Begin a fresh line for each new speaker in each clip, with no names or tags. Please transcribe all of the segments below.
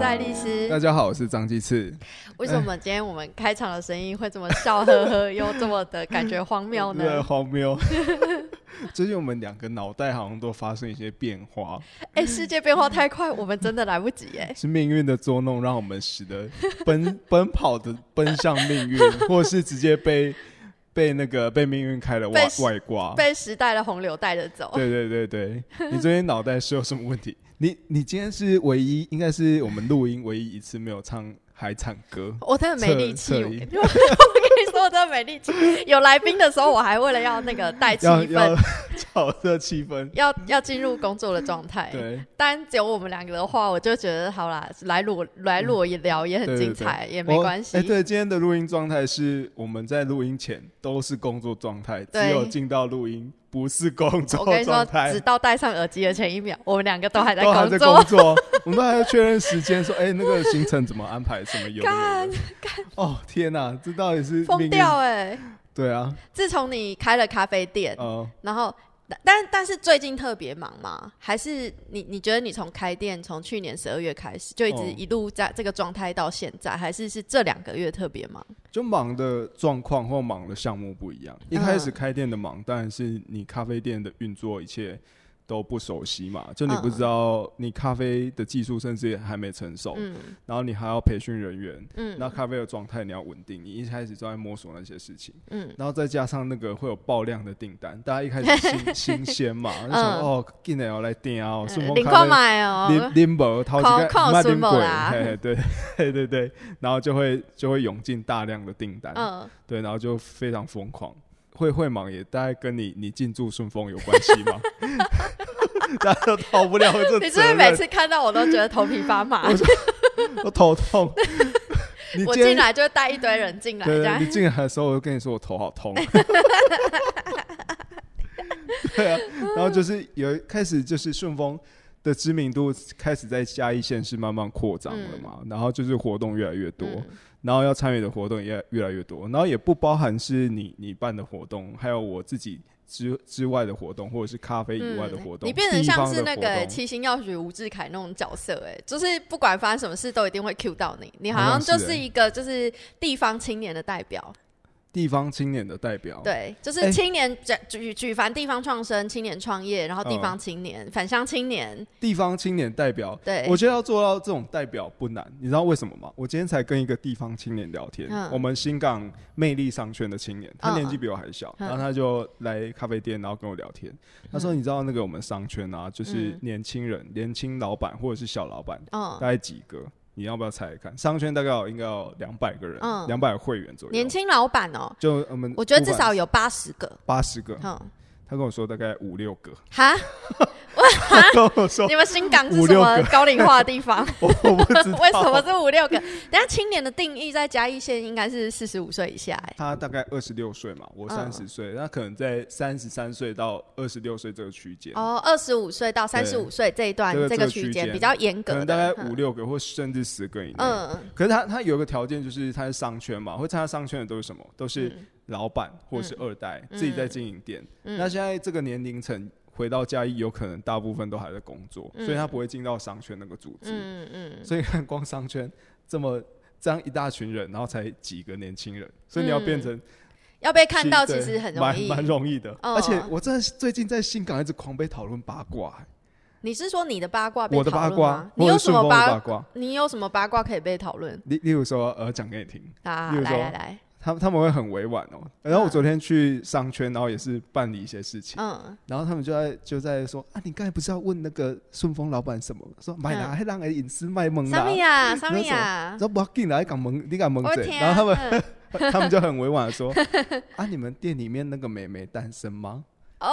赖律师。
大家好，我是张继次。
为什么今天我们开场的声音会这么笑呵呵，又这么的感觉荒谬
真的
呢？
荒谬。 最近我们两个脑袋好像都发生一些变化，
哎、世界变化太快，我们真的来不及耶。
是命运的捉弄，让我们使得 奔奔跑的奔向 命运，或是直接被被那个被命运开了外
被
外挂。
被时代的洪流带着走，
对对对对，你最近脑袋是有什么问题？你你今天是唯一，应该是我们录音唯一一次没有唱海唱歌。
我真的没力气。
侧
我
侧
跟
翼
你我跟你说，我真的没力气。有来宾的时候，我还为了要那个带气
要要
氛，
炒热气氛，
要要进入工作的状态。
对，
但只有我们两个的话，我就觉得好啦，来裸来裸也聊也很
对对
精
对
彩，也没
我
关系。
哎、对，今天的录音状态是我们在录音前都是工作状态，只
对
有进到录音不是工
我
作
跟你说
状，态
直，到戴上耳机的前一秒，我们两个都还在
都还在
工
工
作。
作，我们都还要确认时间，说哎、那个行程怎么安排，什么 有的没的。哦天哪、这到底是
疯
命运
掉哎、
对啊，
自从你开了咖啡店，
呃，
然后但但但是最近特别忙嘛？还是你你觉得你从开店从去年十二月开始就一直
哦
一路在这个状态到现在，还是是这两个月特别忙？
就忙的状况或忙的项目不一样。
嗯
一开始开店的忙，当然是你咖啡店的运作一切都不熟悉嘛，就你不知道你咖啡的技术甚至还没成熟，
嗯
然后你还要培训人员，
嗯
那咖啡的状态你要稳定，你一开始就在摸索那些事情，
嗯，
然后再加上那个会有爆量的订单，大家一开始 新新鲜嘛，就想、
嗯
哦，今年要来订啊，顺丰
呃零
咖
块
啡。
买哦，
拎拎包，掏几
靠靠
个卖
顺
拎
风
鬼
啦，
嘿嘿对 对对对，然后就会就会涌进大量的订单，
嗯，
对，然后就非常疯狂。会会忙也大概跟你你进驻顺丰有关系吗？ 大家都逃不了这责任，
你是不是每次看到我都觉得头皮发 麻？
我头 痛。 你
我
今天
进来就带一堆人进来，
对
这
对，
样
你进来的时候，我就跟你说我头好 痛。对啊，然后就是有开始就是顺丰的知名度开始在嘉义县是慢慢扩张了嘛，然后就是活动越来越多，
嗯
然后要参与的活动也越来越多，然后也不包含是你你办的活动，还有我自己之之外的活动，或者是咖啡以外的活动，
嗯你变成像是那
地
个
方的
欸《
活动
七星耀举》吴志凯那种角色、欸，哎，就是不管发生什么事都一定会 cue 到你，你好像就
好像是
是
欸
一个就是地方青年的代表，
地方青年的代表，
对，就
欸
是青年举举举凡地方创生、青年创业，然后地
嗯
方青年、返乡青年，
地方青年代表，
对
我觉得要做到这种代表不难，你知道为什么吗？我今天才跟一个地方青年聊天，
嗯
我们新港魅力商圈的青年，他
嗯
年纪比我还小，
嗯
然后他就来咖啡店，然后跟我聊天，他说你知道那个我们商圈啊，就是
嗯
年轻人、年轻老板或者是小老板，
嗯
大，概几个？你要不要猜一看？商圈大概有应该有两百个人
嗯，
两百、会员左右，
年轻老板哦、
就我们
我觉得至少有八十个，
八十个，
嗯，
他跟我说大概五六个，
哈，
他跟我说
你们新港是
五
什
六
么
个
高龄化的地方？
我我 不知道
为什么是五六个？等一下青年的定义在嘉义县应该是四十五岁以下、欸，
他大概二十六岁嘛，
嗯
我三十岁，那可能在三十三岁到二十六岁这个区间，
哦，二十五岁到三十五岁这一段
这个
这
这
个
个
区
区
间
间
比较严格
可
的，
能大概
嗯
五六个或甚至十个以内。
嗯
可是他他有一个条件，就是他是商圈嘛，会参加商圈的都是什么？都是
嗯
老板或是二代、自己在经营店。那现在这个年龄层回到家，有可能大部分都还在工作，所以他不会进到商圈那个组织。
嗯嗯，
所以看光商圈这么这样一大群人，然后才几个年轻人，所以你要
嗯
变成
要被看到
对
其实很容
蛮
易。
蛮容易的。
嗯
而且我真的是最近在新港一直狂被讨论八卦、
你是说你的八卦被
我的
讨
八
论
卦
吗，你
或
有
者
什
顺丰
么
的八卦。
你有什么八卦可以被讨论
例例如说，呃，讲给你听，
啊？
例如
来
说
来来，
他他们会很委婉哦、然后我
嗯
昨天去商圈，然后也是办理一些事情，
嗯，
然后他们就在就在说啊，你刚才不是要问那个顺丰老板什么？说买啦，还让人隐私卖萌
上
啦。
面啊，上
你
面
说
啊，
说不要进来，敢蒙，你敢蒙
我
嘴。
天啊，
然后
们
他们 他们就很委婉的说啊，你们店里面那个美眉单身吗？
哦，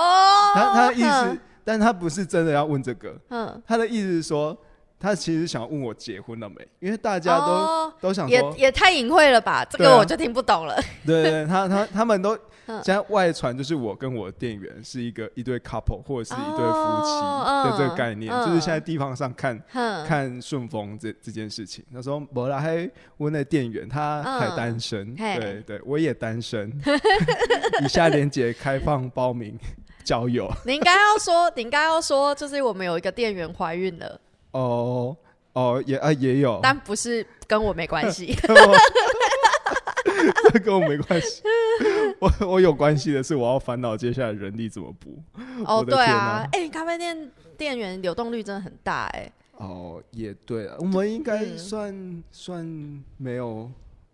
他他的意
嗯
思，但他不是真的要问这个，
嗯，
他的意思是说，他其实想问我结婚了没，因为大家都、
哦
都想
也
说，
也太隐晦了吧，这
对
个
啊
我就听不懂了。
对对 对，他他他们都
嗯
现在外传就是我跟我的店员是一个一对 couple 或者是一对夫
哦
妻的这
嗯
个概念，
嗯
就是现在地方上看。
哼，
看顺丰这这件事情，他说没啦，还我那店员他还
嗯
单身，
嘿
对对，我也单身。 以下链接开放报名交友
你应该要说，你应该要说，就是我们有一个店员怀孕了。
哦。哦，也啊也有，
但不是跟我没关系。
这跟我没关系。我我有关系的是，我要烦恼接下来人力怎么补。
哦，
我的
对
天
啊
啊，
哎、咖啡店店员流动率真的很大哎、
哦，也对啊，我们应该
嗯
算、算没有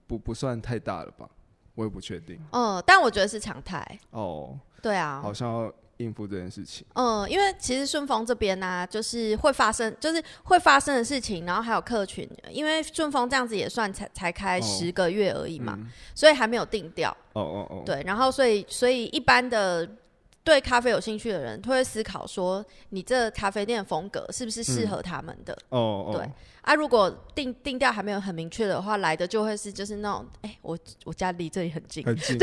不不算太大了吧？我也不确定。
嗯，但我觉得是常态。
哦，
对啊，
好像要应付这件事情。
嗯，因为其实顺丰这边呢、啊就是会发生，就是会发生的事情，然后还有客群，因为顺丰这样子也算才才开
哦
十个月而已嘛，
嗯
所以还没有定调。
哦哦哦，
对，然后所以所以一般的对咖啡有兴趣的人，都会思考说，你这咖啡店的风格是不是适合他们的？
哦哦，
对啊，如果定定调还没有很明确的话，来的就会是就是那种，哎、我我家离这里很近，
很近，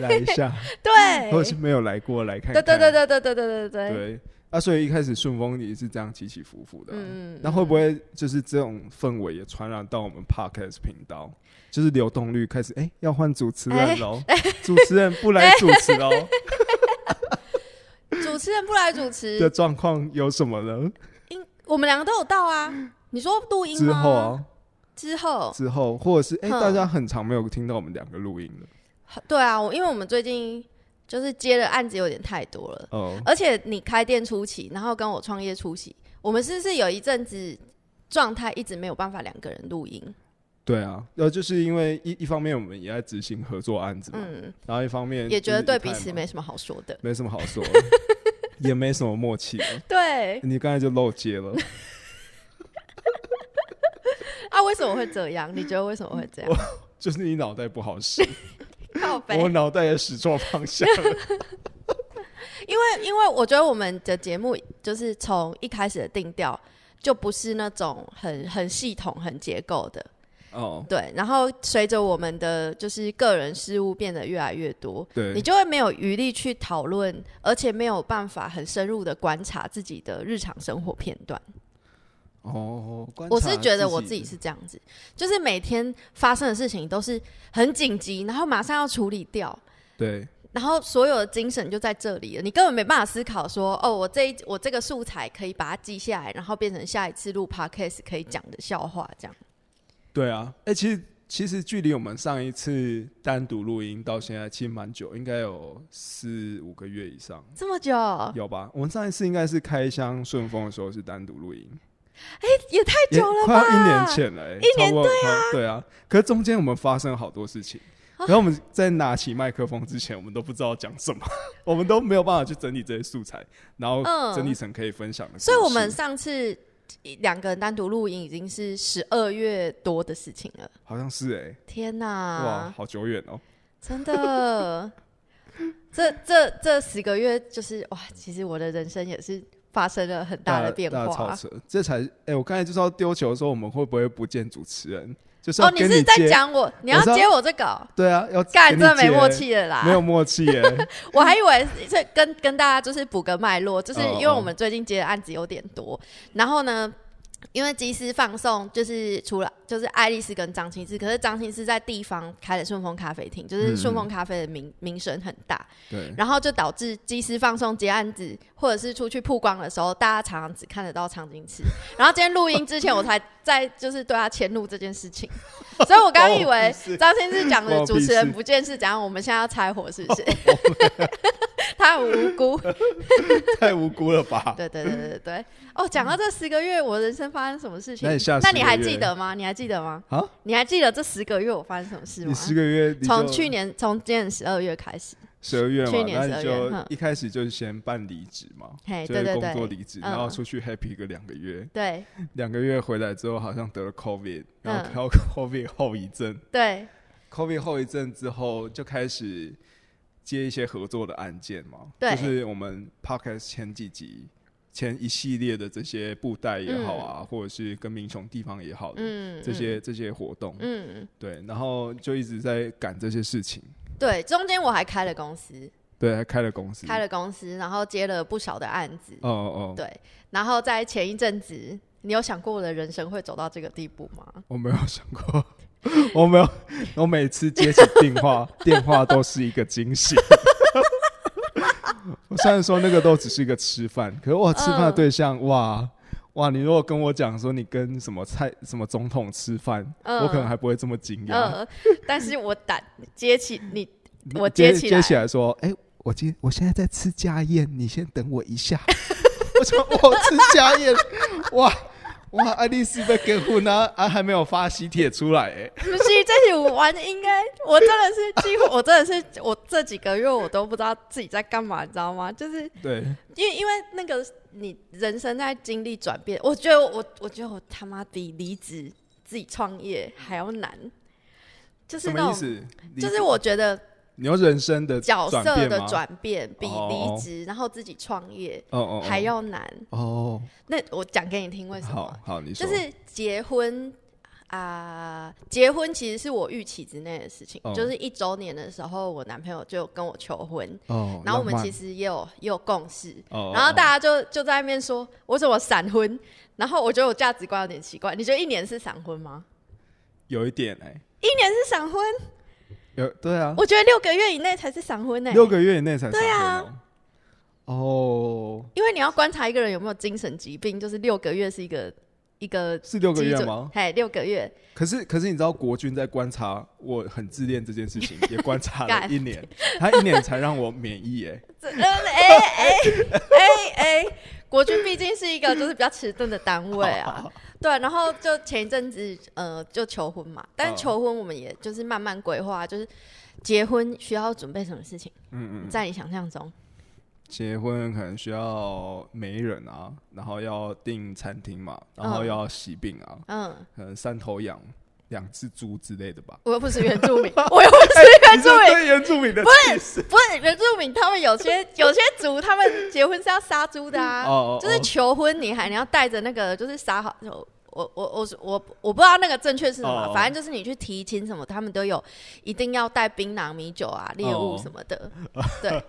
来一 下。
对，
或是没有来过来看
哎对对
看。
对对对对对对对，
对啊，所以一开始顺丰也是这样起起伏伏的啊、
嗯，
那会不会就是这种氛围也传染到我们 podcast 频道？就是流动率开始，哎、要换主持人喽，主持人不来主持哦 喽、
主持人不来主
的
持，
状况有什么呢？
应我们两个都有到啊。你说录音
之
吗？
后啊，
之后，
之后或者是哎、
哼
大家很长没有听到我们两个录音了，
对啊，我因为我们最近就是接的案子有点太多了，
哦
而且你开店初期，然后跟我创业初期，我们是不是有一阵子状态一直没有办法两个人录音？
对啊，然后就是因为一一方面我们也在执行合作案子嘛，
嗯，
然后一方面
也觉得
就是
对
一
彼
派
此
嘛
没什么好说的。
没什么好 说，也没什么默契了。
对
你刚才就漏接了，
啊，为什么会这样？你觉得为什么会这样？
就是你脑袋不好 使，
靠背，
我脑袋也使错方向了。
因为因为我觉得我们的节目就是从一开始的定调就不是那种很很系统、很结构的，
哦，
对。然后随着我们的就是个人事物变得越来越多，
对
你，就会没有余力去讨论，而且没有办法很深入的观察自己的日常生活片段。
哦，观察
我是觉得我自
自
己是这样子，就是每天发生的事情都是很紧急，然后马上要处理掉，
对，
然后所有的精神就在这里了，你根本没办法思考说，哦，我这一我这个素材可以把它记下来，然后变成下一次录 podcast 可以讲的笑话，这样。
对啊。哎、其实其实距离我们上一次单独录音到现在其实蛮久，应该有四五个月以上，
这么久，
有吧？我们上一次应该是开箱顺风的时候是单独录音，
也太久了
也
吧？
快要一年前了、欸，
一年
差不多对啊，对啊。可是中间我们发生了好多事情，
啊
然后我们在拿起麦克风之前，我们都不知道讲什么， 我们都没有办法去整理这些素材，然后
嗯
整理成可以分享的故事。
所以我们上次两个人单独录音已经是十二月多的事情了。
好像是哎、
天
哇，
哪，
好久远哦、
真的， 这这这十个月就是哇，其实我的人生也是发生了很大的变
大超
化。
车，这才哎、我刚才就是要丢球的时候，我们会不会不见主持人？就是要
哦，你
跟
是在
接，
讲我，你要
我知道
接我这个哦、
对啊，要
干，
跟你
这没
接
默，契了啦！
没有默契欸耶、
我还以为这跟跟大家就是补个脉络，就是
哦
因为我们最近接的案子有点多，然后呢。因为及时放送，就是除了就是爱丽丝跟张青之，可是张青之在地方开了顺丰咖啡厅，
嗯
就是顺丰咖啡的名名声很大，
对，
然后就导致及时放送接案子或者是出去曝光的时候，大家常常只看得到长津吃。 然后今天录音之前，我才 在就是对他迁怒这件事情， 所以我刚以
哦
为张先生讲的主持人不见是怎样，我们现在要拆伙是不
哦
是？ 他很无辜。
太无辜了 吧？
对对对对对对。哦，讲到这十个月，我人生发生什么事情？
那你下10个月
还记得吗？你还记得吗？
啊，
你还记得这十个月我发生什么事
你
吗？
十个月，你
从
就
去年从今年十二月开始，
十二月嘛，
去年
那你
12月
就
哼
一开始就是先办离职嘛，
嘿，
就
对
是
对
工作
对，
离职，
嗯
然后出去 happy 个两个月，
对
两个月回来之后好像得了 COVID，然后
嗯
挑 COVID 后遗症
对，
，COVID 后遗症之后就开始接一些合作的案件嘛，
对
就是我们 podcast 前几集。前一系列的这些布袋也好啊，或者是跟民雄地方也好的、
嗯，
这些这些活动，
嗯，嗯，
对，然后就一直在赶这些事情，
对，中间我还开了公司，
对，还开了公司，
开了公司，然后接了不少的案子，
哦哦，
对，然后在前一阵子，你有想过我的人生会走到这个地步吗？
我没有想过，我没有，我每次接起电 话，电话都是一个惊喜。 我虽然说那个都只是一个吃饭，可是我吃饭的对象、哇，哇，你如果跟我讲说你跟什么蔡什么总统吃饭，
嗯
我可能还不会这么惊讶。
呃，但是我打接起你，
你
我
接
接起来
接起来说，哎、我今我现在在吃家宴，你先等我一下。 我说我吃家宴，哇哇，爱丽丝被结婚啊，啊还没有发喜帖出来、哎。
不是这些我玩应该，我真的是几乎，我真的是我这几个月我都不知道自己在干嘛，你知道吗？就是
对，
因为因为那个你人生在经历转变，我觉得我我觉得我他妈比离职自己创业还要难，就是
什
那
么意
种，
思？
就是
你
我觉得
你用人生的
角色
变
的
吗，
转变比
哦
离职然后自己创业
哦哦，哦
还要难。
哦，
那我讲给你听为什么
好？好，你说
就是结婚啊、结婚其实是我预期之内的事情。
哦
就是一周年的时候，我男朋友就跟我求婚，
哦，
然后我们
浪
其
漫
实也有也有共识，
哦，
然后大家
家
就就在那边说我怎么闪婚，然后我觉得我价值观有点奇怪。你觉得一年是闪婚吗？
有一点哎、
一年是闪婚，
有对啊，
我觉得六个月以内才是闪婚呢、欸
六个月以内才
对啊
闪婚哦，哦，
因为你要观察一个人有没有精神疾病，就是六个月是一个一个
是六
基
个
准。
月吗？
哎，六个月，
可是，可是你知道国军在观察我很自恋这件事情，也观察了
干
一年，他一年才让我免疫、欸。
这呃哎哎哎哎，国军毕竟是一个就是比较迟钝的单位 啊， 对。然后就前一阵子呃就求婚嘛，但
哦
求婚我们也就是慢慢规划，就是结婚需要准备什么事情，
嗯嗯，
在你想象中，
结婚可能需要媒人啊，然后要订餐厅嘛，然后
嗯
要喜饼啊，
嗯，
可能三头羊、两只猪之类的 吧。哎
我又不是原住民，我又不是原
你
住
是
民，
对原住民的歧视
不是原住民，他们有些有些族，他们结婚是要杀猪的啊，
哦哦
就是求婚你还你要带着那个就是杀好。我我我我我不知道那个正确是什么
哦哦
反正就是你去提亲什么，他们都有一定要带槟榔、米酒啊、猎物
哦
什么的。对，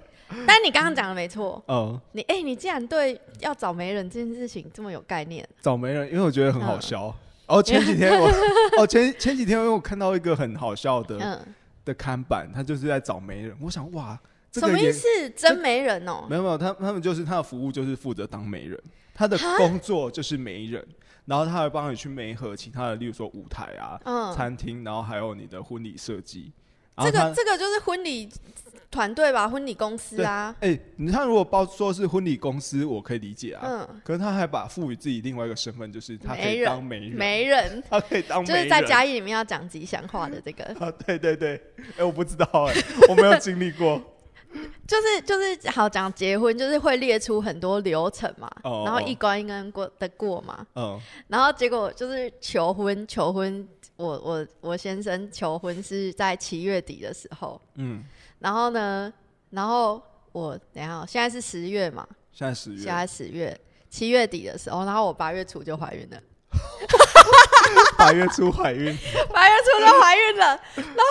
但你刚刚讲的没错，
哦，
你哎、你竟然对要找媒人这件事情这么有概念，
找媒人，因为我觉得很好
嗯
笑。哦，前几 天我，哦前前几天我有看到一个很好笑的
嗯，
的看板，他就是在找媒人。我想，哇，这
什
个
么意
也
思？真媒人哦、
没有没有，他他们就是他的服务就是负责当媒人，他的
哈
工作就是媒人，然后他会帮你去媒合其他的，例如说舞台啊、
嗯，
餐厅，然后还有你的婚礼设计。然后
这
哦他
个这个就是婚礼团队吧，婚礼公司啊，
哎、你看如果包说是婚礼公司，我可以理解啊，
嗯，
可是他还把赋予自己另外一个身份，就是他可
媒
以
人
当媒人，
媒人。
他可以当媒
就
人。
是在嘉义里面要讲吉祥话的这个，
啊，对对对，哎、我不知道哎、我没有经历过。
就是就是好讲结婚，就是会列出很多流程嘛，
哦
然后
哦
一关一关过的过嘛，
嗯，
然后结果就是求婚，求婚，我我我先生求婚是在七月底的时候，
嗯，
然后呢，然后我等一下哦，现在是十月嘛，
现在十
现
月，
在十月七月底的时候，然后我八月初就怀孕了，
八月初怀孕。
八月初就怀孕了，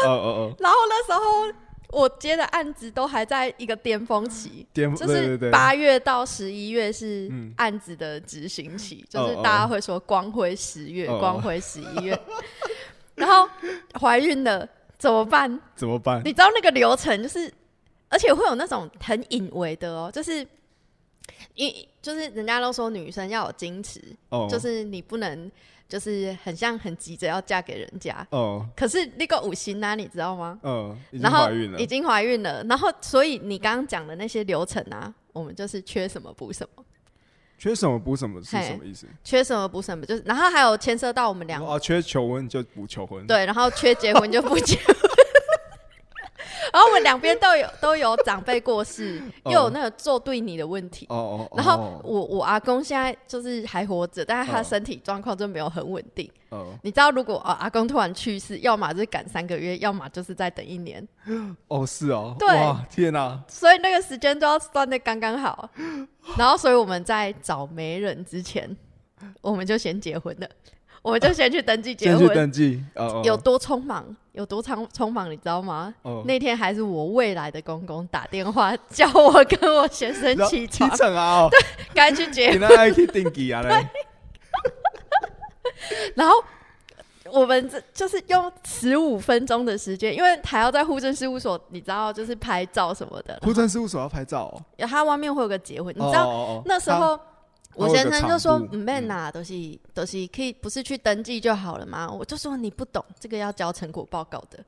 哦哦哦，
然后那时候我接的案子都还在一个巅峰期，
巅
就
峰对
是
对对，
八月到十一月是
嗯
案子的执行期，
哦
就是大家会说光辉十月、
哦
光辉十一月， 然后怀孕了怎么办？
怎么办？
你知道那个流程就是，而且会有那种很隐微的哦，就是。因就是人家都说女生要有矜持，
哦，
就是你不能就是很像很急着要嫁给人家，
哦，
可是那个五行呢，你知道吗？
嗯，已经
然后
怀孕了
已，经怀孕了，然后所以你刚刚讲的那些流程啊，我们就是缺什么补什么，
缺什么补什么是
嘿
什么意思？
缺什么补什么，就是然后还有牵涉到我们两、
哦，缺求婚就补求婚，，
对，然后缺结婚就不结婚。然后我们两边都有 都有长辈过世，
哦
又有那个做对你的问题。
哦哦，
然后
哦，
我我阿公现在就是还活着，但是他
哦
身体状况就没有很稳定。
哦
你知道，如果、呃、阿公突然去世，要么就是赶三个月，要么就是再等一年，
哦是哦，
对
哇，天啊哪，
所以那个时间都要算的刚刚好。然后，所以我们在找媒人之前，我们就先结婚了，我们就先去登记结
先去
婚。
登记，哦
有多匆忙，有多匆匆忙，你知道吗？
哦，
那天还是我未来的公公打电话叫我跟我先生
然后
起床
起，床啊，对，
该去结
你。那爱去登记啊嘞，
然后我们这就是用十五分钟的时间，因为还要在户政事务所，你知道，就是拍照什么的。
户政事务所要拍照哦，
它外面会有个结婚，你
哦
知道
哦哦
那时候我先生就说
它会有个
嗯
场
，man
部
呐，都是都是可以，不是去登记就好了吗？我就说你不懂，这个要交成果报告的。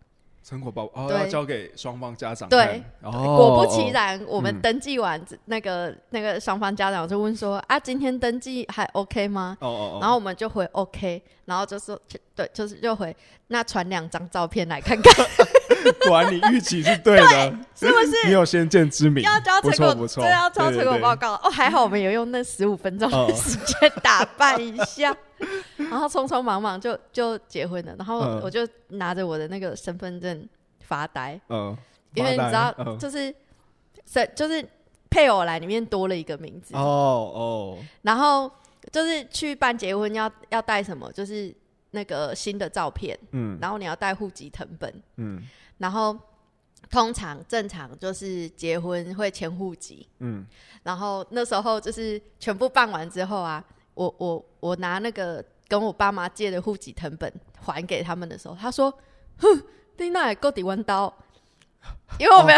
成果报哦，
对
要交给双方家长
对
看，
果不其
哦，
然，我们
嗯
登记完，那个那个双方家长就问说啊，今天登记还 OK 吗？
哦哦哦，
然后我们就回 OK，然后就说就对，就是就回那传两张照片来看看
果然你预期是对的，
是不
你
是？
有先见之明，
要交
不
成
错
果，
不错，
这要交
对
成果报。
对对
告了哦，还好我们有用那十五分钟
哦
的时间打扮一下，然后匆匆忙忙就就结婚了，然后
嗯
我就拿着我的那个身份证发呆，
嗯，
因为你
麻
知道
袋嗯，
就是是就是配偶栏里面多了一个名字，
哦哦，
然后就是去办结婚要要带什么，就是那个新的照片，
嗯
然后你要带户籍成本，
嗯
然后通常正常就是结婚会迁户籍，
嗯，
然后那时候就是全部办完之后啊，我我我拿那个跟我爸妈借的户籍成本还给他们的时候，他说：“哼，你那也够抵弯刀。”因为我
哦
们、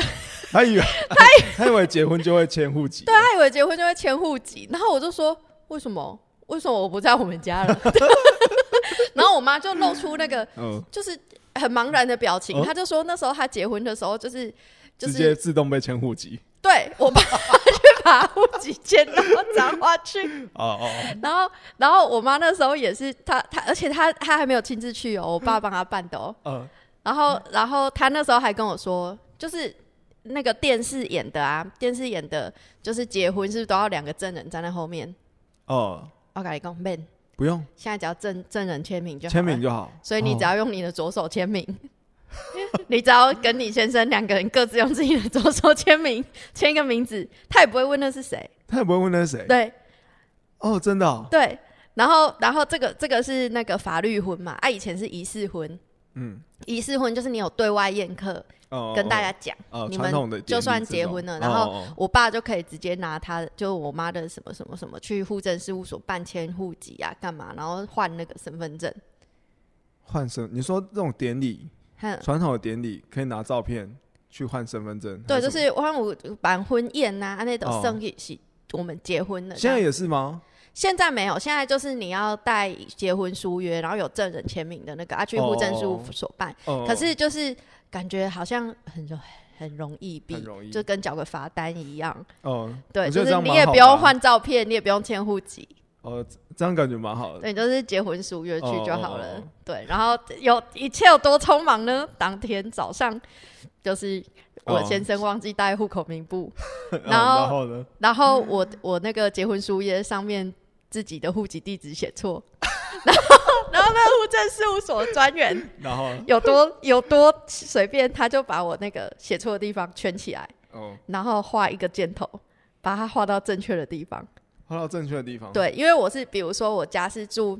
他以为 他以为结婚就会迁户籍，对
他以为结婚就会迁户籍，然后我就说为什么？为什么我不在我们家了？ 然后我妈就露出那个
嗯，
就是很茫然的表情，
哦
她就说那时候她结婚的时候就是就
直
是
接自动被迁户籍，
对我爸 去把户籍迁到彰化去，
哦哦哦，
然后然后我妈那时候也是她她，而且她她还没有亲自去哦，我
嗯
爸帮她办的哦。
呃，
然后，然后他那时候还跟我说，就是那个电视演的啊，电视演的，就是结婚是不是都要两个证人站在后面？
哦，
我跟你讲，man，
不用
现在只要证证人签名就好了
签名，就好，
所以你只
哦
要用你的左手签名， 你只要跟你先生两个人各自用自己的左手签名，签一个名字，他也不会问那是谁，
他也不会问那是谁，
对
哦，真的哦，
对。然后，然后这个这个是那个法律婚嘛，啊，以前是仪式婚，
嗯，
仪式婚就是你有对外宴客，
哦
跟大
家。
家讲。
哦，
你
传统的
们就算结婚
哦
了，然后
后
我爸就可以直接拿他就我妈的什么什么什么去户政事务所办迁户籍啊，干嘛，然后换那个身份证。
换身，你说这种典礼，
哼，
传统的典礼可以拿照片去换身份证，
对，
还
就
什么
是我我办婚宴呐、啊，那种
哦
盛宴是我们结婚的。
现在
这样
也是吗？
现在没有，现在就是你要带结婚书约，然后有证人签名的那个啊，去户政事务所办。
哦，
可是就是感觉好像很容很容易
很
比，
容易
就跟缴个罚单一样。
哦，
对，
我觉
就
得这
是
样
你
蛮
也
好
不
的啊
用换照片，你也不用迁户籍。
哦，这样感觉蛮好的。
对，就是结婚书约去就好
呃哦
了。
哦哦
对，然后有一切有多匆忙呢？当天早上就是我
哦
先生忘记带户口名簿，
嗯
然后
然后呢？
然后我我那个结婚书约上面自己的户籍地址写错， 然后然后那户政事务所专员
然后呢
有多有多随便，他就把我那个写错的地方圈起来，
哦，
然后画一个箭头。把它画到正确的地方，
画到正确的地方。，
对，因为我是比如说我家是住，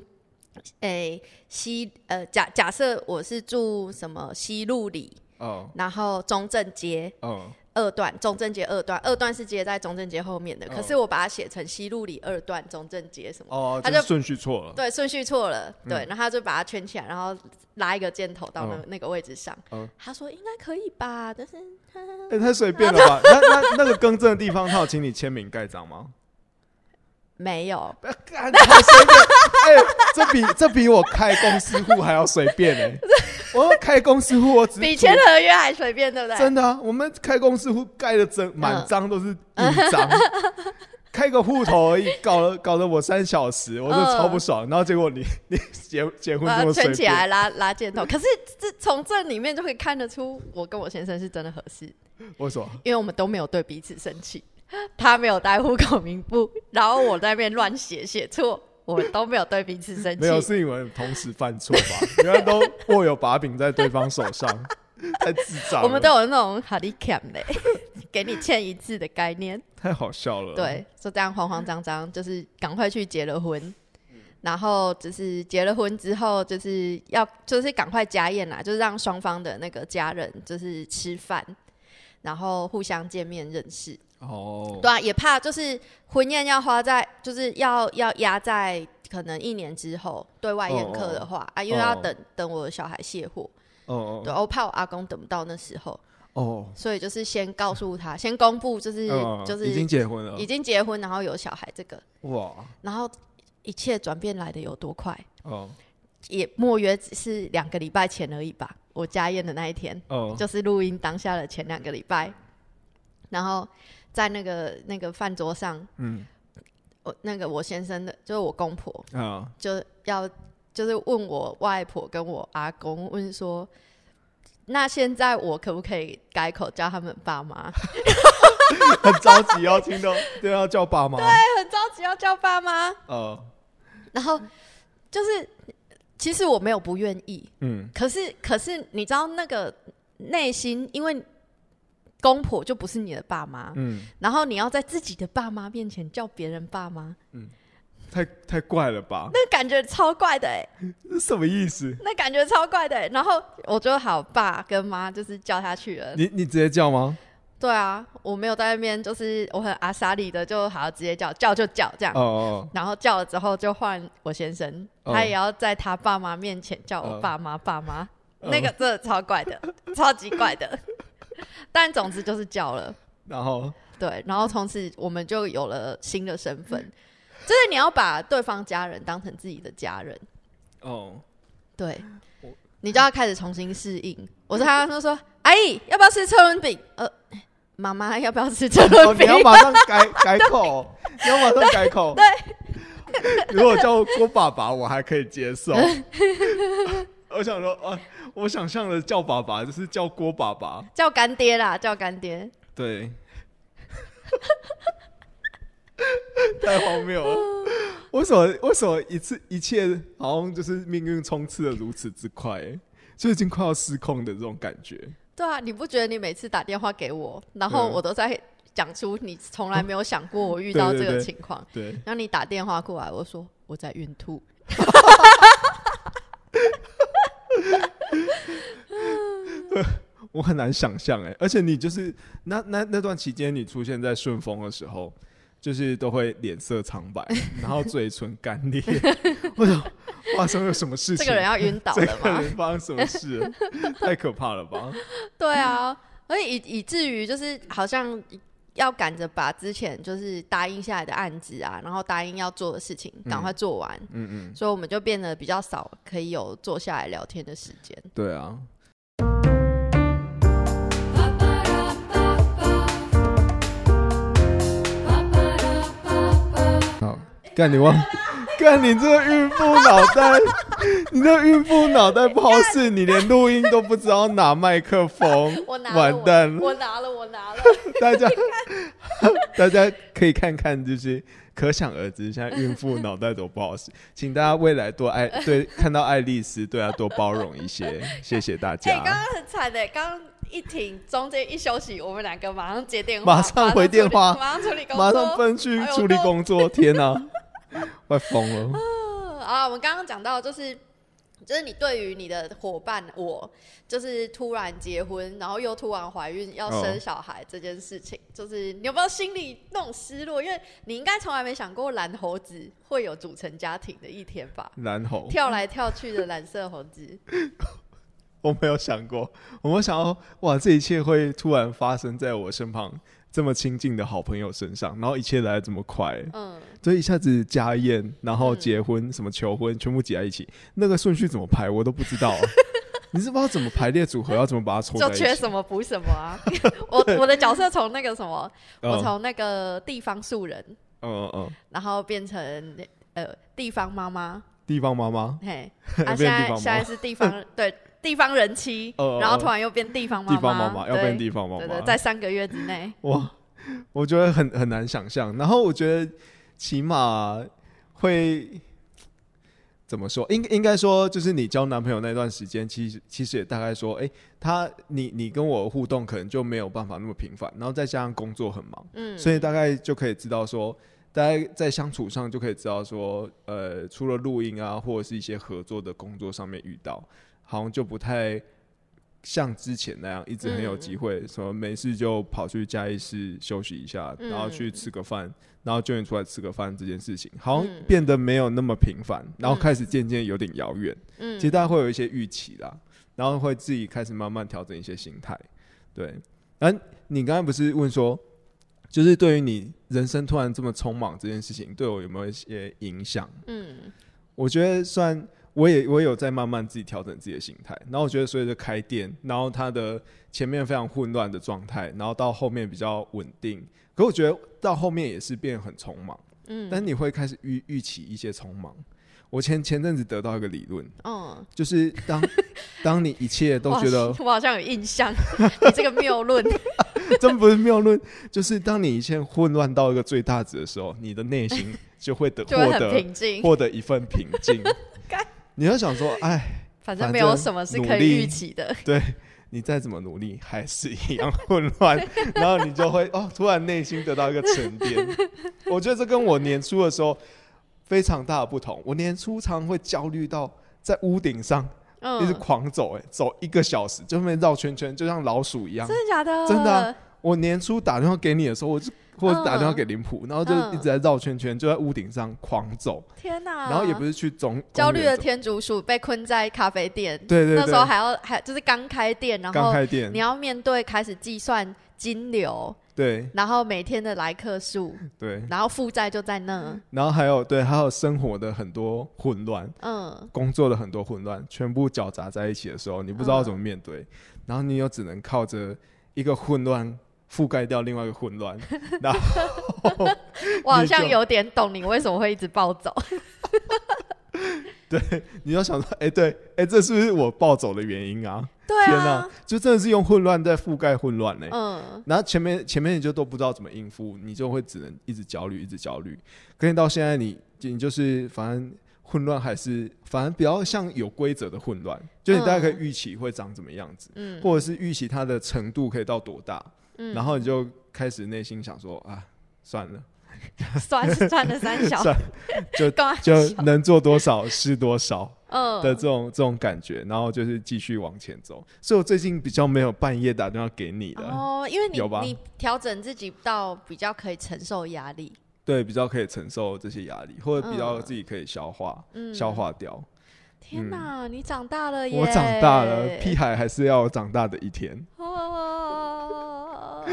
诶、西呃假假设我是住什么西路里，
哦
然后中正街
哦
二段，中正街二段，二段是接在中正街后面的，
嗯
可是我把它写成西路里二段中正街什么。
哦，
他
就是
就
顺序错了。
对，顺序错了，对，然后他就把它圈起来，然后拉一个箭头到那、
嗯
那个位置上。
嗯
他说应该可以吧，但是
哎，太随便了吧？那那那个更正的地方，他有请你签名盖章吗？
没有，
不要哎干太随便！哎，这比这比我开公司户还要随便 哎！我要开公司户，我只
比签合约还欸嗯随便，对不对？
真的啊，我们开公司户盖的整满章都是印 章，开个户头而已，搞了搞得我三小
嗯
时，我就超不爽。然后结果你 你结结婚
把
这
它
么随
圈起来
便，
拉拉箭头。可是这从这里面就可以看得出，我跟我先生是真的合适，
为什么？
因为我们都没有对彼此生气。他没有带户口名簿，然后我在那边乱写写错，我们都没有对彼此生
没有，
气。
是你们同时犯错 吧？原来都握有把柄在对方手上，太智障了。
我们都有那种 h a r d cam 的， 给你欠一次的概念。
太好笑了。，
对，就这样慌慌张张，就是赶快去结了婚。
嗯
然后就是结了婚之后，就是要就是赶快家宴啦，就是让双方的那个家人就是吃饭，然后互相见面认识。
哦，
对啊，也怕就是婚宴要花在，就是要要压在可能一年之后对外宴客的话、啊，因为要
哦
等、等我的小孩卸货，
哦
对，我怕我阿公等不到那时候，
哦，
所以就是先告诉他，先公布，就是、
嗯
就是
已经结婚了
已，经结婚，然后有小孩这个，
哇，
然后一切转变来的有多快，
哦
也莫约只是两个礼拜前而已吧。我家宴的那一天，
哦，
就是录音当下的前两个礼拜，然后在那个那个饭桌上，
嗯
我那个我先生的，就是我公婆，
啊，
就要就是问我外婆跟我阿公问说，那现在我可不可以改口叫他们爸妈？
很着急要听到，对，要叫爸妈，对，
很着急要叫爸妈，
呃，
然后就是其实我没有不愿意，
嗯，
可是可是你知道那个内心，因为公婆就不是你的爸妈，
嗯，
然后你要在自己的爸妈面前叫别人爸妈，
太太怪了吧？
那感觉超怪的哎、
这什么意思？
那感觉超怪的欸、然后我就好爸跟妈就是叫他去了，
你你直接叫吗？
对啊，我没有在那边，就是我很阿莎里的，就好直接叫叫就叫这样。
哦哦，
然后叫了之后就换我先生，
哦
他也要在他爸妈面前叫我爸妈、爸妈，
哦
那个真的超怪的，超级怪的。 但总之就是叫了，
然后
对，然后从此我们就有了新的身份，就是你要把对方家人当成自己的家人，
哦，
对
我，
你就要开始重新适应。我跟他说说，阿姨要不要吃车轮饼？呃，妈妈要不要吃车
哦，
轮
你
饼？
要马上 改改口，你要马上改口。对，如果叫郭爸爸，我还可以 接受。我想说，啊，我想象的叫爸爸就是叫郭爸爸。
叫干爹啦，叫干爹。
对，太荒谬了。为什么？为什么一次一切好像就是命运冲刺的如此之快、欸就已经快要失控的这种感觉。
对啊，你不觉得你每次打电话给我，然后
嗯
我都在讲出你从来没有想过我遇到
对
这个
对对
情况，
对，
然后你打电话过来，我说我在孕吐，
我很难想象哎、而且你就是那那那段期间，你出现在顺风的时候，就是都会脸色苍白，然后嘴唇干裂。 我想发生了什么事
这
情？
个人要晕倒
这
了
个
吗？
人发生什么事了？太可怕了吧？
对啊，而以以至于就是好像要赶着把之前就是答应下来的案子啊，然后答应要做的事情赶快做完，
嗯嗯，
所以我们就变得比较少可以有坐下来聊天的时间。
对啊。好，干你忘， 干你这个孕妇脑袋，你这个孕妇脑袋不好使，你连录音都不知道拿麦克风
我拿，了
完蛋了。
我拿了，我拿了。
大家，大家可以看看，就是可想而知，现在孕妇脑袋多不好使，请大家未来 多爱对看到爱丽丝，对她多包容一些，谢谢大
哎、
家。
刚刚很惨的，刚刚一停，中间一休息，我们两个马上接电话，
马上回电话
马上处理马
马
上处理
上
工作。
奔去处理工作，天哪、 快疯了！
嗯啊，我们刚刚讲到就是。就是你对于你的伙伴，我就是突然结婚，然后又突然怀孕要生
哦
小孩这件事情，就是你有没有心里那种失落？因为你应该从来没想过蓝猴子会有组成家庭的一天吧？
然后
跳来跳去的蓝色猴子，
我没有想过，我没有想到，哇，这一切会突然发生在我身旁这么亲近的好朋友身上，然后一切来的这么快，
嗯，
所以一下子家宴，然后结婚，什么求婚，全部挤在一起，那个顺序怎么排我都不知道、 你是不知道怎么排列组合，要怎么把它凑在
就
一
缺
起？
什么补什么啊！ 我我的角色从那个什么，我
嗯
从那个地方素人，
嗯嗯，
然后变成呃地方妈妈，
地方妈妈，
嘿，
变
啊，
地
现在
方妈
现在
妈，
是地方对地方人妻
哦哦，
然后突然又变地方妈
地方妈妈要变
对
地方妈
对
妈
对，，在三个月之内，
哇，我觉得很很难想象。然后我觉得起码会怎么说？应应该说，就是你交男朋友那段时间，其实其实也大概说，哎、他你你跟我互动可能就没有办法那么频繁，然后再加上工作很忙，
嗯，
所以大概就可以知道说。大家在相处上就可以知道说，呃，除了录音啊，或者是一些合作的工作上面遇到，好像就不太像之前那样一直很有机会，什么没事就跑去嘉义市休息一下，
嗯
然后去吃个饭，然后就你出来吃个饭这件事情，好像
嗯
变得没有那么频繁，然后开始渐渐有点遥远。
嗯
其实大家会有一些预期啦，然后会自己开始慢慢调整一些心态。对，而、你刚才不是问说，就是对于你人生突然这么匆忙这件事情，对我有没有一些影响？
嗯
我觉得算我也我也有在慢慢自己调整自己的心态，然后我觉得随着开店，然后它的前面非常混乱的状态，然后到后面比较稳定，可我觉得到后面也是变得很匆忙，
嗯
但你会开始预预期一些匆忙。我前前阵子得到一个理论，
嗯，
就是当 当你一切都
我好
觉 得
像 我好像有印象，你这个谬论，
真不是谬论，就是当你一切混乱到一个最大值的时候，你的内心 就会得
就会
获
很
得
平静，
获得一份平静
干。
你要想说，哎，
反正
反
没有
正
什么是
努
可以
力
预期的。
对你再怎么努力，还是一样混 乱，然后你就会哦，突然内心得到一个沉 淀。我觉得这跟我年初的时候非常大的不同。我年初常会焦虑到在屋顶上一直
嗯，
狂走、哎，走一个小时，就那边绕圈圈，就像老鼠一样。
真的假的？
真的啊我年初打电话给你的时候，我就或者打电话给林普，然后就
嗯
一直在绕圈圈，就在屋顶上狂走，
天哪！
然后也不是去总
焦虑的
公园走
天竺鼠被困在咖啡店，
对对对，
那时候还要还就是刚开店，然
刚
后
开店
你，要面对开始计算金流，
对
然后每天的来客数，
对，
然后负债就在那，
然后还有对，还有生活的很多混乱，
嗯
工作的很多混乱，全部搅杂在一起的时候，你不知道怎么面
嗯
对，然后你又只能靠着一个混乱。覆盖掉另外一个 混乱，
我好
你
像
就
有点懂你为什么会一直暴走，
你要想说，哎、对，哎、这是不是我暴走的原因啊？
对
天
啊，
就真的是用混乱在覆盖混乱欸呢、
嗯
然后前面前面你就都不知道怎么应付，你就会只能一直焦虑，一直焦虑。可是到现在你，你就是反正混乱还是反正比较像有规则的混乱，就你大概可以预期会长怎么样子，
嗯
或者是预期它的程度可以到多大，
嗯，
然后你就开始内心想说啊，算了，
算是赚了三小，
算 就
干嘛
就能做多少是多少。的
嗯
这种这种感觉，然后就是继续往前走。所以我最近比较没有半夜打电话给你的，
哦，因为你
有吧
你调整自己到比较可以承受压力，
对，比较可以承受这些压力，或者比较
嗯
自己可以消化、
嗯，
消。化掉。
天哪，你长大了耶！
嗯我长大了，屁孩还是要有长大的一天。
哦。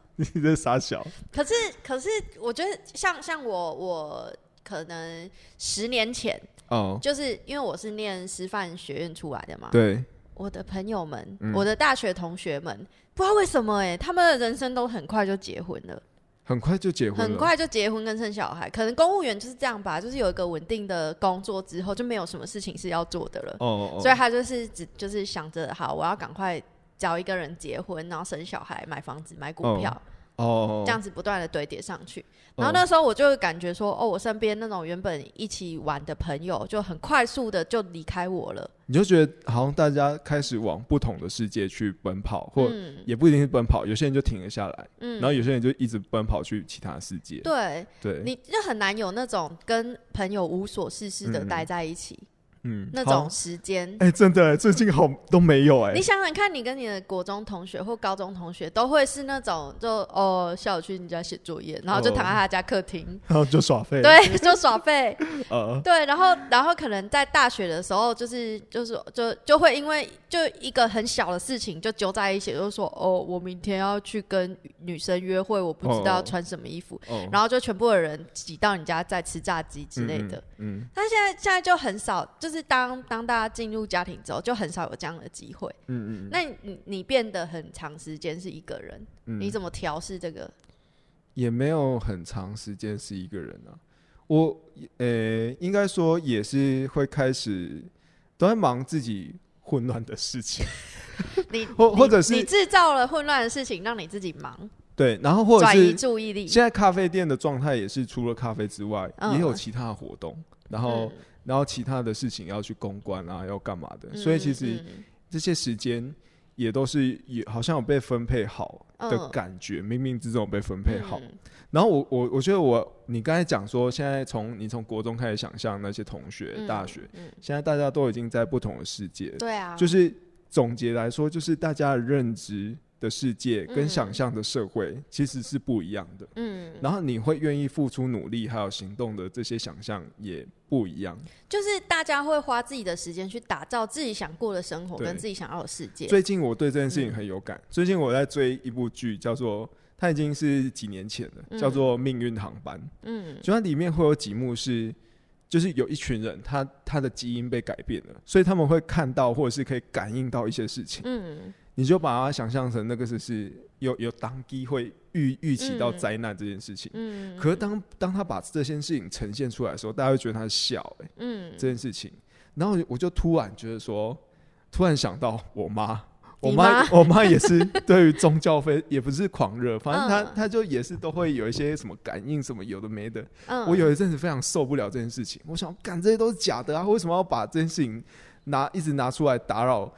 你这傻小，
可是，可是，我觉得像像我，我可能十年前，
哦，
就是因为我是念师范学院出来的嘛，
对，
我的朋友们，
嗯
我的大学同学们，不知道为什么哎、他们的人生都很快就结婚了，
很快就结婚了，
很快就结婚跟生小孩，可能公务员就是这样吧，就是有一个稳定的工作之后，就没有什么事情是要做的了，
哦哦哦，
所以他就是只就是想着，好，我要赶快找一个人结婚，然后生小孩，买房子，买股
哦
票。
哦哦，
这样子不断的堆叠上去。然后
哦
那时候我就感觉说，哦，我身边那种原本一起玩的朋友，就很快速的就离开我了。
你就觉得好像大家开始往不同的世界去奔跑，或
嗯
也不一定是奔跑，有些人就停了下来，然后
嗯，
有些人就一直奔跑去其他世界。
对，
对，
你就很难有那种跟朋友无所事事的
嗯
待在一起、
嗯，
那
好
种时间。
哎、真的欸，最近好都没有哎、
你想想看，你跟你的国中同学或高中同学，都会是那种就哦下午去你家写作业，然后
哦
就躺在他家客厅，
然后就耍废，，
对， 就耍废。
呃，
对，然后然后可能在大学的时候、就是，就是就就会因为就一个很小的事情就揪在一起，就说哦，我明天要去跟女生约会，我不知道要
哦
穿什么衣服，
哦
然后就全部的人挤到你家在吃炸鸡之类的。，
嗯，嗯
但现在现在就很少，就是当当大家进入家庭之后，就很少有这样的机会。
嗯嗯
那你你变得很长时间是一个人，
嗯，
你怎么调试这 个？
也没有很长时间是一个人啊。我呃、应该说也是会开始都在忙自己混乱的 事情，
你
或
你
或者是
你制造了混乱的事情，让你自己忙，
对，然后或者
转移
是
注意力。
现在咖啡店的状态也是除了咖啡之外，
嗯
也有其他的活动，然后、
嗯
然后其他的事情要去公关啊，要干嘛的，所以其实。
嗯嗯
这些时间也都是也好像有被分配好的
嗯
感觉，冥冥之中有被分配好。
嗯
然后我我我觉得我你刚才讲说，现在从你从国中开始想象那些同学、
嗯
大学，
嗯
现在大家都已经在不同的世界，
对啊，
就是总结来说，就是大家的认知的世界跟想象的社会其实是不一样的。
嗯，
然后你会愿意付出努力还有行动的这些想象也不一样。
就是大家会花自己的时间去打造自己想过的生活
对
跟自己想要的世界。
最近我对这件事情很有
嗯
感。最近我在追一部剧，叫做它已经是几年前了，叫做《命运航班》。
嗯
就它里面会有几幕是，就是有一群人他他的基因被改变了，所以他们会看到或者是可以感应到一些事情。
嗯
你就把它想象成那个是是有有当机会预预期到灾难这件事情。
嗯
可是当当他把这件事情呈现出来的时候，大家会觉得他是笑、欸、
嗯，
这件事情。然后我就突然觉得说，突然想到我妈，我
你
妈
妈
我妈也是对于宗教非也不是狂热，反正她
嗯
她就也是都会有一些什么感应什么有的没的。
嗯
我有一阵子非常受不了这件事情，我想，干这些都是假的啊，为什么要把这件事情拿一直拿出来打扰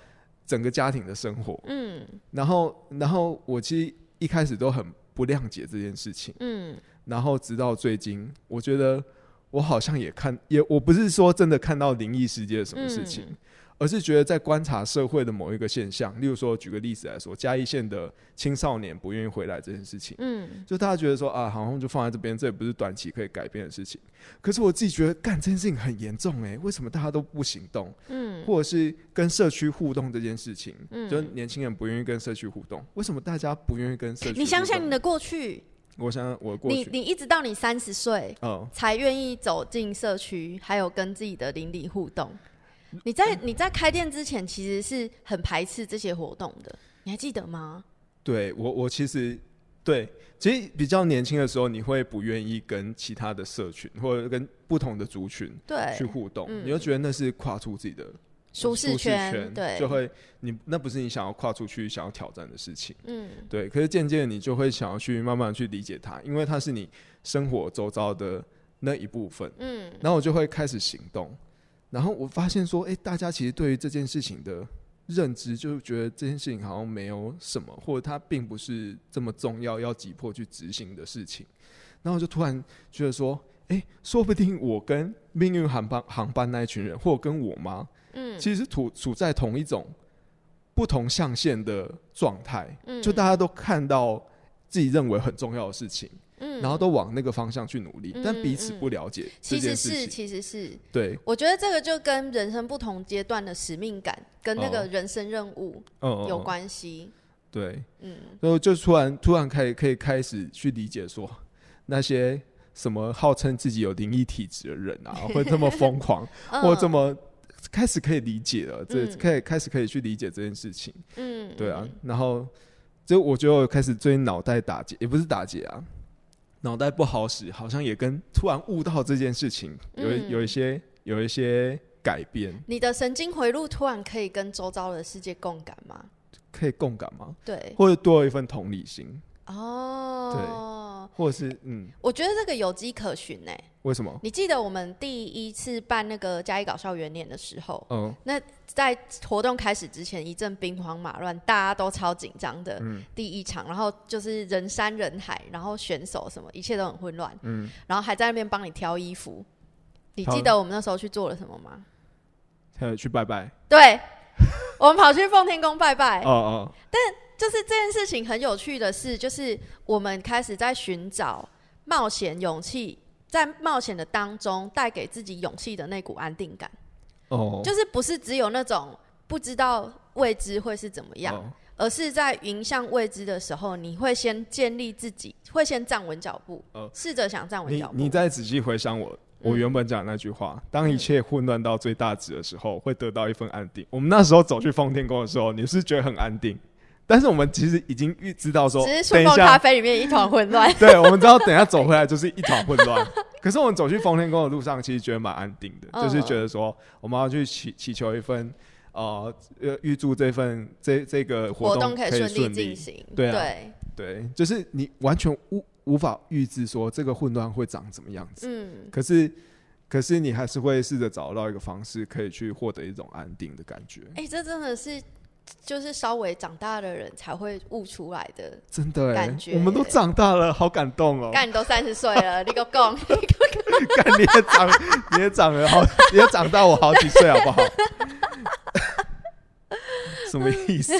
整个家庭的生活？
嗯
然后，然后我其实一开始都很不谅解这件事情，
嗯
然后直到最近，我觉得我好像也看，也我不是说真的看到灵异世界的什么事情，
嗯
而是觉得在观察社会的某一个现象，例如说，举个例子来说，嘉义县的青少年不愿意回来这件事情。
嗯
就大家觉得说啊，好像就放在这边，这也不是短期可以改变的事情。可是我自己觉得，干这件事情很严重哎、为什么大家都不行动，
嗯
或者是跟社区互动这件事情，
嗯
就是年轻人不愿意跟社区互动，为什么大家不愿意跟社区互动？
你想想你的过去，
我想想我过
你
去，
你一直到你三十岁
嗯，
才愿意走进社区，还有跟自己的邻里互动。你在
嗯
你在开店之前，其实是很排斥这些活动的，你还记得吗？
对我我其实对，其实比较年轻的时候，你会不愿意跟其他的社群或者跟不同的族群
对
去，互动，
嗯
你就觉得那是跨出自己的
舒适
圈，
对，
就会你那不是你想要跨出去、想要挑战的事情。
嗯
对，可是渐渐你就会想要去慢慢去理解它，因为它是你生活周遭的那一部分。
嗯
然后我就会开始行动，然后我发现说，哎、大家其实对于这件事情的认知，就是觉得这件事情好像没有什么，或者它并不是这么重要，要急迫去执行的事情。然后我就突然觉得说，哎、说不定我跟命运航班航班那一群人，或者跟我妈，
嗯
其实处处在同一种不同象限的状态，
嗯
就大家都看到自己认为很重要的事情，
嗯
然后都往那个方向去努力，
嗯
但彼此不了解
其
这
实
件事
是
情。
其实是，
对，
我觉得这个就跟人生不同阶段的使命感跟那
哦
个人生任务
嗯，
有
嗯。
关系。
嗯对，
嗯，
然后就突然突然开可以开始去理解说那些。什么号称自己有灵异体质的人 啊，会这么疯狂，或这
么
么开始可以理解了，这
嗯
可以开始可以去理解这件事情。
嗯，
对啊，然后就我觉得我开始最近脑袋打结，也不是打结啊，脑袋不好使，好像也跟突然悟到这件事情有一、
嗯
有一些有一些改变，
你的神经回路突然可以跟周遭的世界共感吗？
可以共感吗？
对，
或者多一份同理心，
哦，
或者是嗯，
我觉得这个有迹可循呢、
为什么？
你记得我们第一次办那个嘉义搞笑元年的时候，
嗯，
在活动开始之前一阵兵荒马乱，大家都超紧张的。
嗯
第一场，然后就是人山人海，然后选手什么一切都很混乱，
嗯
然后还在那边帮你挑衣服。你
挑
记得我们那时候去做了什么吗？
还有去拜拜，
对，我们跑去奉天宫拜拜。
哦哦，
就是这件事情很有趣的是，就是我们开始在寻找冒险勇气，在冒险的当中带给自己勇气的那股安定感，
哦，
就是不是只有那种不知道未知会是怎么样，
哦
而是在迎向未知的时候，你会先建立自己，会先站稳脚步
哦，
试着想站稳
你
脚步。
你再仔细回想我。
嗯
我原本讲的那句话，当一切混乱到最大值的时候，会得到一份安定。我们那时候走
嗯
去奉天宫的时候，你是觉得很安定，但是我们其实已经预知道说，
只是
等
顺
一
风咖
下，
啡里面一团混
。
乱
对，我们知道等一下走回来就是一场混乱。可是我们走去奉天宫的路上，其实觉得蛮安定的，
嗯
就是觉得说我们要去祈祈求一份，呃呃，预祝这份这这个
活
动
可以
以
顺利
顺
进行，
对啊
对，
对，就是你完全无无法预知说这个混乱会长怎么样子。
嗯，
可是，可是你还是会试着找到一个方式，可以去获得一种安定的感觉。
哎、这真的是就是稍微长大的人才会悟出来的。
真的哎、
感觉
我们都长大了，好感动哦！
干你都三十岁了，你个供，
干，你也长，你也长 了好，你也长大我好几岁，好不好？什么意思？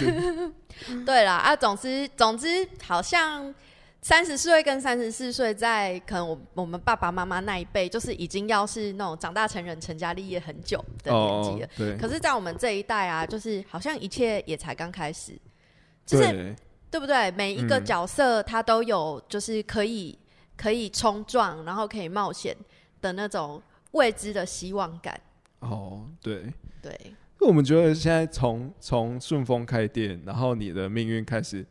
对啦，啊，总之总之，好像三十岁跟三十四岁，在可能我我们爸爸妈妈那一辈，就是已经要是那种长大成人、成家立业很久的年纪了。
哦，对，
可是，在我们这一代啊，就是好像一切也才刚开始，就是
对
对不对？每一个
嗯
角色他都有就是可以可以冲撞，然后可以冒险的那种未知的希望感。
哦，对。
对，
我们觉得现在从从顺丰开店，然后你的命运开始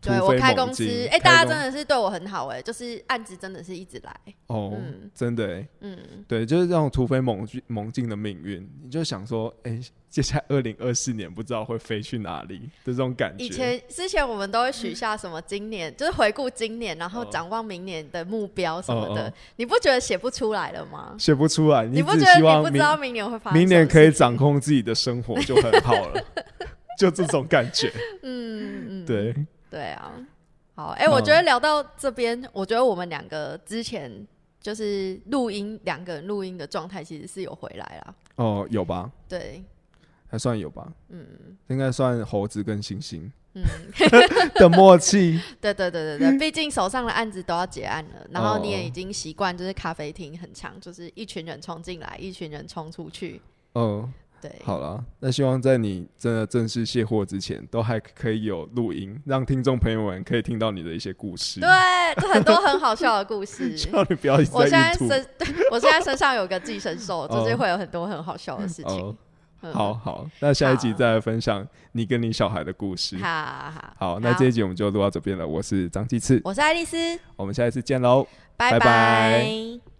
突
对我
飞
开
猛
公司
进，
哎、大家
开
真的是对我很好哎、就是案子真的是一直来，
公哦，
嗯
真的、欸，
嗯，
对，就是这种突飞猛进猛进的命运，你就想说，哎、接下来二零二四年不知道会飞去哪里的这种感觉。
以前之前我们都会
嗯
许下什么今年，就是回顾今年，然后
哦
展望明年的目标什么的，
哦哦
你不觉得写不出来了吗？
写不出来，
你不
只
觉得
希
你
望
不知
明
道明年会发生？
明年可以，掌控自己的生活就很好 了，就这种感觉。
嗯嗯，
对，嗯
对啊，好，哎、我觉得聊到这边，我觉得我们两个之前就是录音，两个人录音的状态其实是有回来啦。
哦，有吧，
对，
还算有吧，嗯，应该算猴子跟猩猩
嗯，
的 默契。
对对对对对，毕竟手上的案子都要结案了，然后你
嗯哦
也已经习惯，就是咖啡厅很长，就是一群人冲进来，一群人冲出去，
哦，
对，
好啦，那希望在你真的正式卸货之前，都还可以有录音，让听众朋友们可以听到你的一些故事。
对，这很多很好笑的故 事。
希望你不要一直
我现在
在孕吐。
身，对 我现在身上有个寄生 兽，就是
哦
会有很多很好笑的事情。
哦，
嗯
好，好，那下一集
好
再来分享你跟你小孩的故事。
哈哈，
好，那这一集我们就录到这边了。我是张继次，
我是爱丽丝，
我们下一次见喽。拜
拜
拜
拜